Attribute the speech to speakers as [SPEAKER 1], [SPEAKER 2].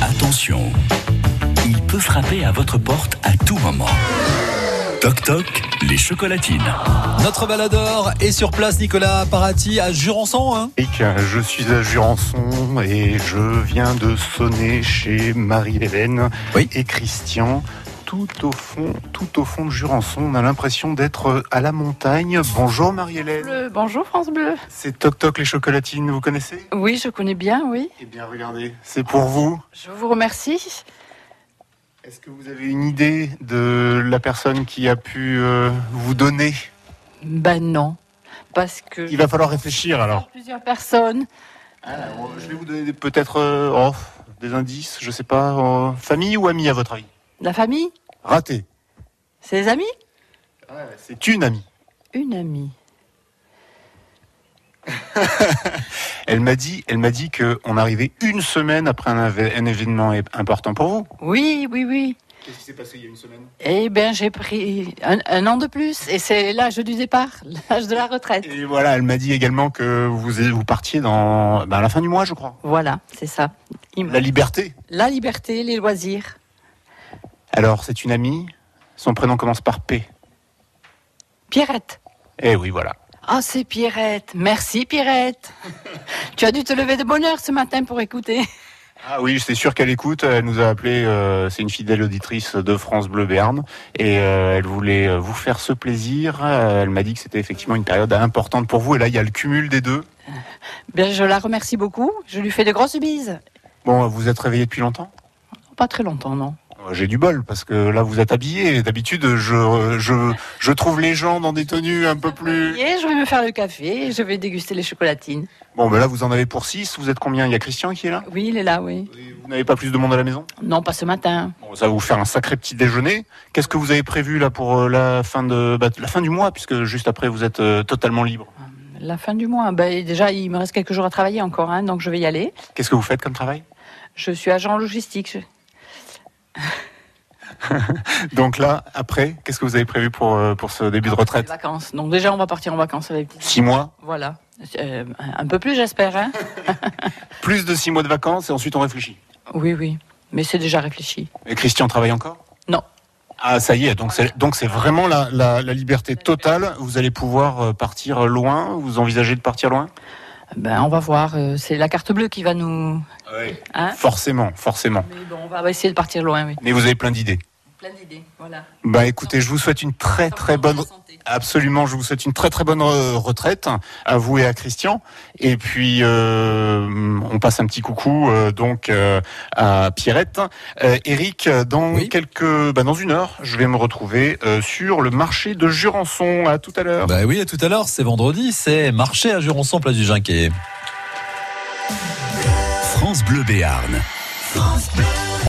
[SPEAKER 1] Attention, il peut frapper à votre porte à tout moment. Toc toc, les chocolatines.
[SPEAKER 2] Notre baladeur est sur place, Nicolas Parati, à Jurançon. hein
[SPEAKER 3] Eric, je suis à Jurançon et je viens de sonner chez Marie-Hélène
[SPEAKER 2] Oui.
[SPEAKER 3] et Christian. Tout au fond, tout au fond de Jurançon, on a l'impression d'être à la montagne. Bonjour Marie-Hélène.
[SPEAKER 4] Bleu. Bonjour France Bleu.
[SPEAKER 3] C'est Toc Toc les chocolatines, vous connaissez
[SPEAKER 4] Oui, je connais bien, oui.
[SPEAKER 3] Eh bien regardez, c'est pour vous.
[SPEAKER 4] Je vous remercie.
[SPEAKER 3] Est-ce que vous avez une idée de la personne qui a pu euh, vous donner
[SPEAKER 4] Ben non, parce que
[SPEAKER 3] Il va falloir réfléchir alors.
[SPEAKER 4] plusieurs personnes.
[SPEAKER 3] Ah, Alors, je vais vous donner des- peut-être euh, oh, des indices, je sais pas, euh, famille ou ami à votre avis
[SPEAKER 4] La famille,
[SPEAKER 3] Raté.
[SPEAKER 4] ses amis,
[SPEAKER 3] C'est une amie.
[SPEAKER 4] une amie.
[SPEAKER 3] Elle m'a dit, elle m'a dit que on arrivait une semaine après un, éve- un événement é- important pour vous.
[SPEAKER 4] Oui, oui, oui.
[SPEAKER 3] Qu'est-ce qui s'est passé il y a une semaine
[SPEAKER 4] Eh bien, j'ai pris un, un an de plus et c'est l'âge du départ, l'âge de la retraite.
[SPEAKER 3] Et voilà, elle m'a dit également que vous vous partiez dans ben, à la fin du mois, je crois.
[SPEAKER 4] Voilà, c'est ça. Il me-
[SPEAKER 3] La liberté.
[SPEAKER 4] La liberté, les loisirs.
[SPEAKER 3] Alors, c'est une amie. Son prénom commence par P.
[SPEAKER 4] Pierrette.
[SPEAKER 3] Eh oui, voilà.
[SPEAKER 4] Ah, c'est Pierrette. Merci Pierrette. tu as dû te lever de bonne heure ce matin pour écouter.
[SPEAKER 3] Ah oui, c'est sûr qu'elle écoute. Elle nous a appelé. euh, c'est une fidèle auditrice de France Bleu Berne et euh, elle voulait euh, vous faire ce plaisir. Euh, elle m'a dit que c'était effectivement une période importante pour vous. Et là, il y a le cumul des deux.
[SPEAKER 4] Bien, je la remercie beaucoup. Je lui fais de grosses bises.
[SPEAKER 3] Bon, vous êtes réveillé depuis longtemps.
[SPEAKER 4] Pas très longtemps, non.
[SPEAKER 3] Euh, J'ai du bol parce que là vous êtes habillé. D'habitude je, je je trouve les gens dans des tenues un peu plus.
[SPEAKER 4] Et je vais me faire le café et je vais déguster les chocolatines.
[SPEAKER 3] Bon ben là vous en avez pour 6, vous êtes combien Il y a Christian qui est là
[SPEAKER 4] Oui, il est là, oui.
[SPEAKER 3] Vous n'avez pas plus de monde à la maison
[SPEAKER 4] Non, pas ce matin.
[SPEAKER 3] Bon, ça va vous faire un sacré petit déjeuner. Qu'est-ce que vous avez prévu là pour euh, la fin de bah, la fin du mois puisque juste après vous êtes euh, totalement libre.
[SPEAKER 4] La fin du mois. Ben, déjà, il me reste quelques jours à travailler encore, hein, donc je vais y aller.
[SPEAKER 3] Qu'est-ce que vous faites comme travail
[SPEAKER 4] Je suis agent logistique. je-
[SPEAKER 3] Donc là après, qu'est-ce que vous avez prévu pour euh, pour ce début de
[SPEAKER 4] Les
[SPEAKER 3] retraite
[SPEAKER 4] vacances. Donc déjà, on va partir en vacances avec.
[SPEAKER 3] Six mois,
[SPEAKER 4] Voilà. Euh, un peu plus, j'espère. hein
[SPEAKER 3] plus de six mois de vacances et ensuite on réfléchit.
[SPEAKER 4] oui, oui. Mais c'est déjà réfléchi.
[SPEAKER 3] Et Christian travaille encore
[SPEAKER 4] Non.
[SPEAKER 3] Ah, ça y est, donc c'est donc c'est vraiment la, la, la liberté totale. Vous allez pouvoir euh, partir loin Vous envisagez de partir loin
[SPEAKER 4] Ben, on va voir. euh, c'est la carte bleue qui va nous.
[SPEAKER 3] Oui.
[SPEAKER 4] Hein
[SPEAKER 3] Forcément, forcément.
[SPEAKER 4] Mais bon, on va essayer de partir loin, oui.
[SPEAKER 3] Mais vous avez plein d'idées.
[SPEAKER 4] Plein d'idées, voilà.
[SPEAKER 3] Bah écoutez, je vous souhaite une très très bonne... Absolument, je vous souhaite une très très bonne euh, retraite à vous et à Christian. Et puis euh, on passe un petit coucou euh, donc euh, à Pierrette, Euh, Eric. Dans
[SPEAKER 2] Oui.
[SPEAKER 3] quelques, bah, dans une heure, je vais me retrouver euh, sur le marché de Jurançon. À tout à l'heure.
[SPEAKER 2] Bah oui, à tout à l'heure, c'est vendredi, c'est marché à Jurançon, place du Junquet.
[SPEAKER 1] France Bleu Béarn.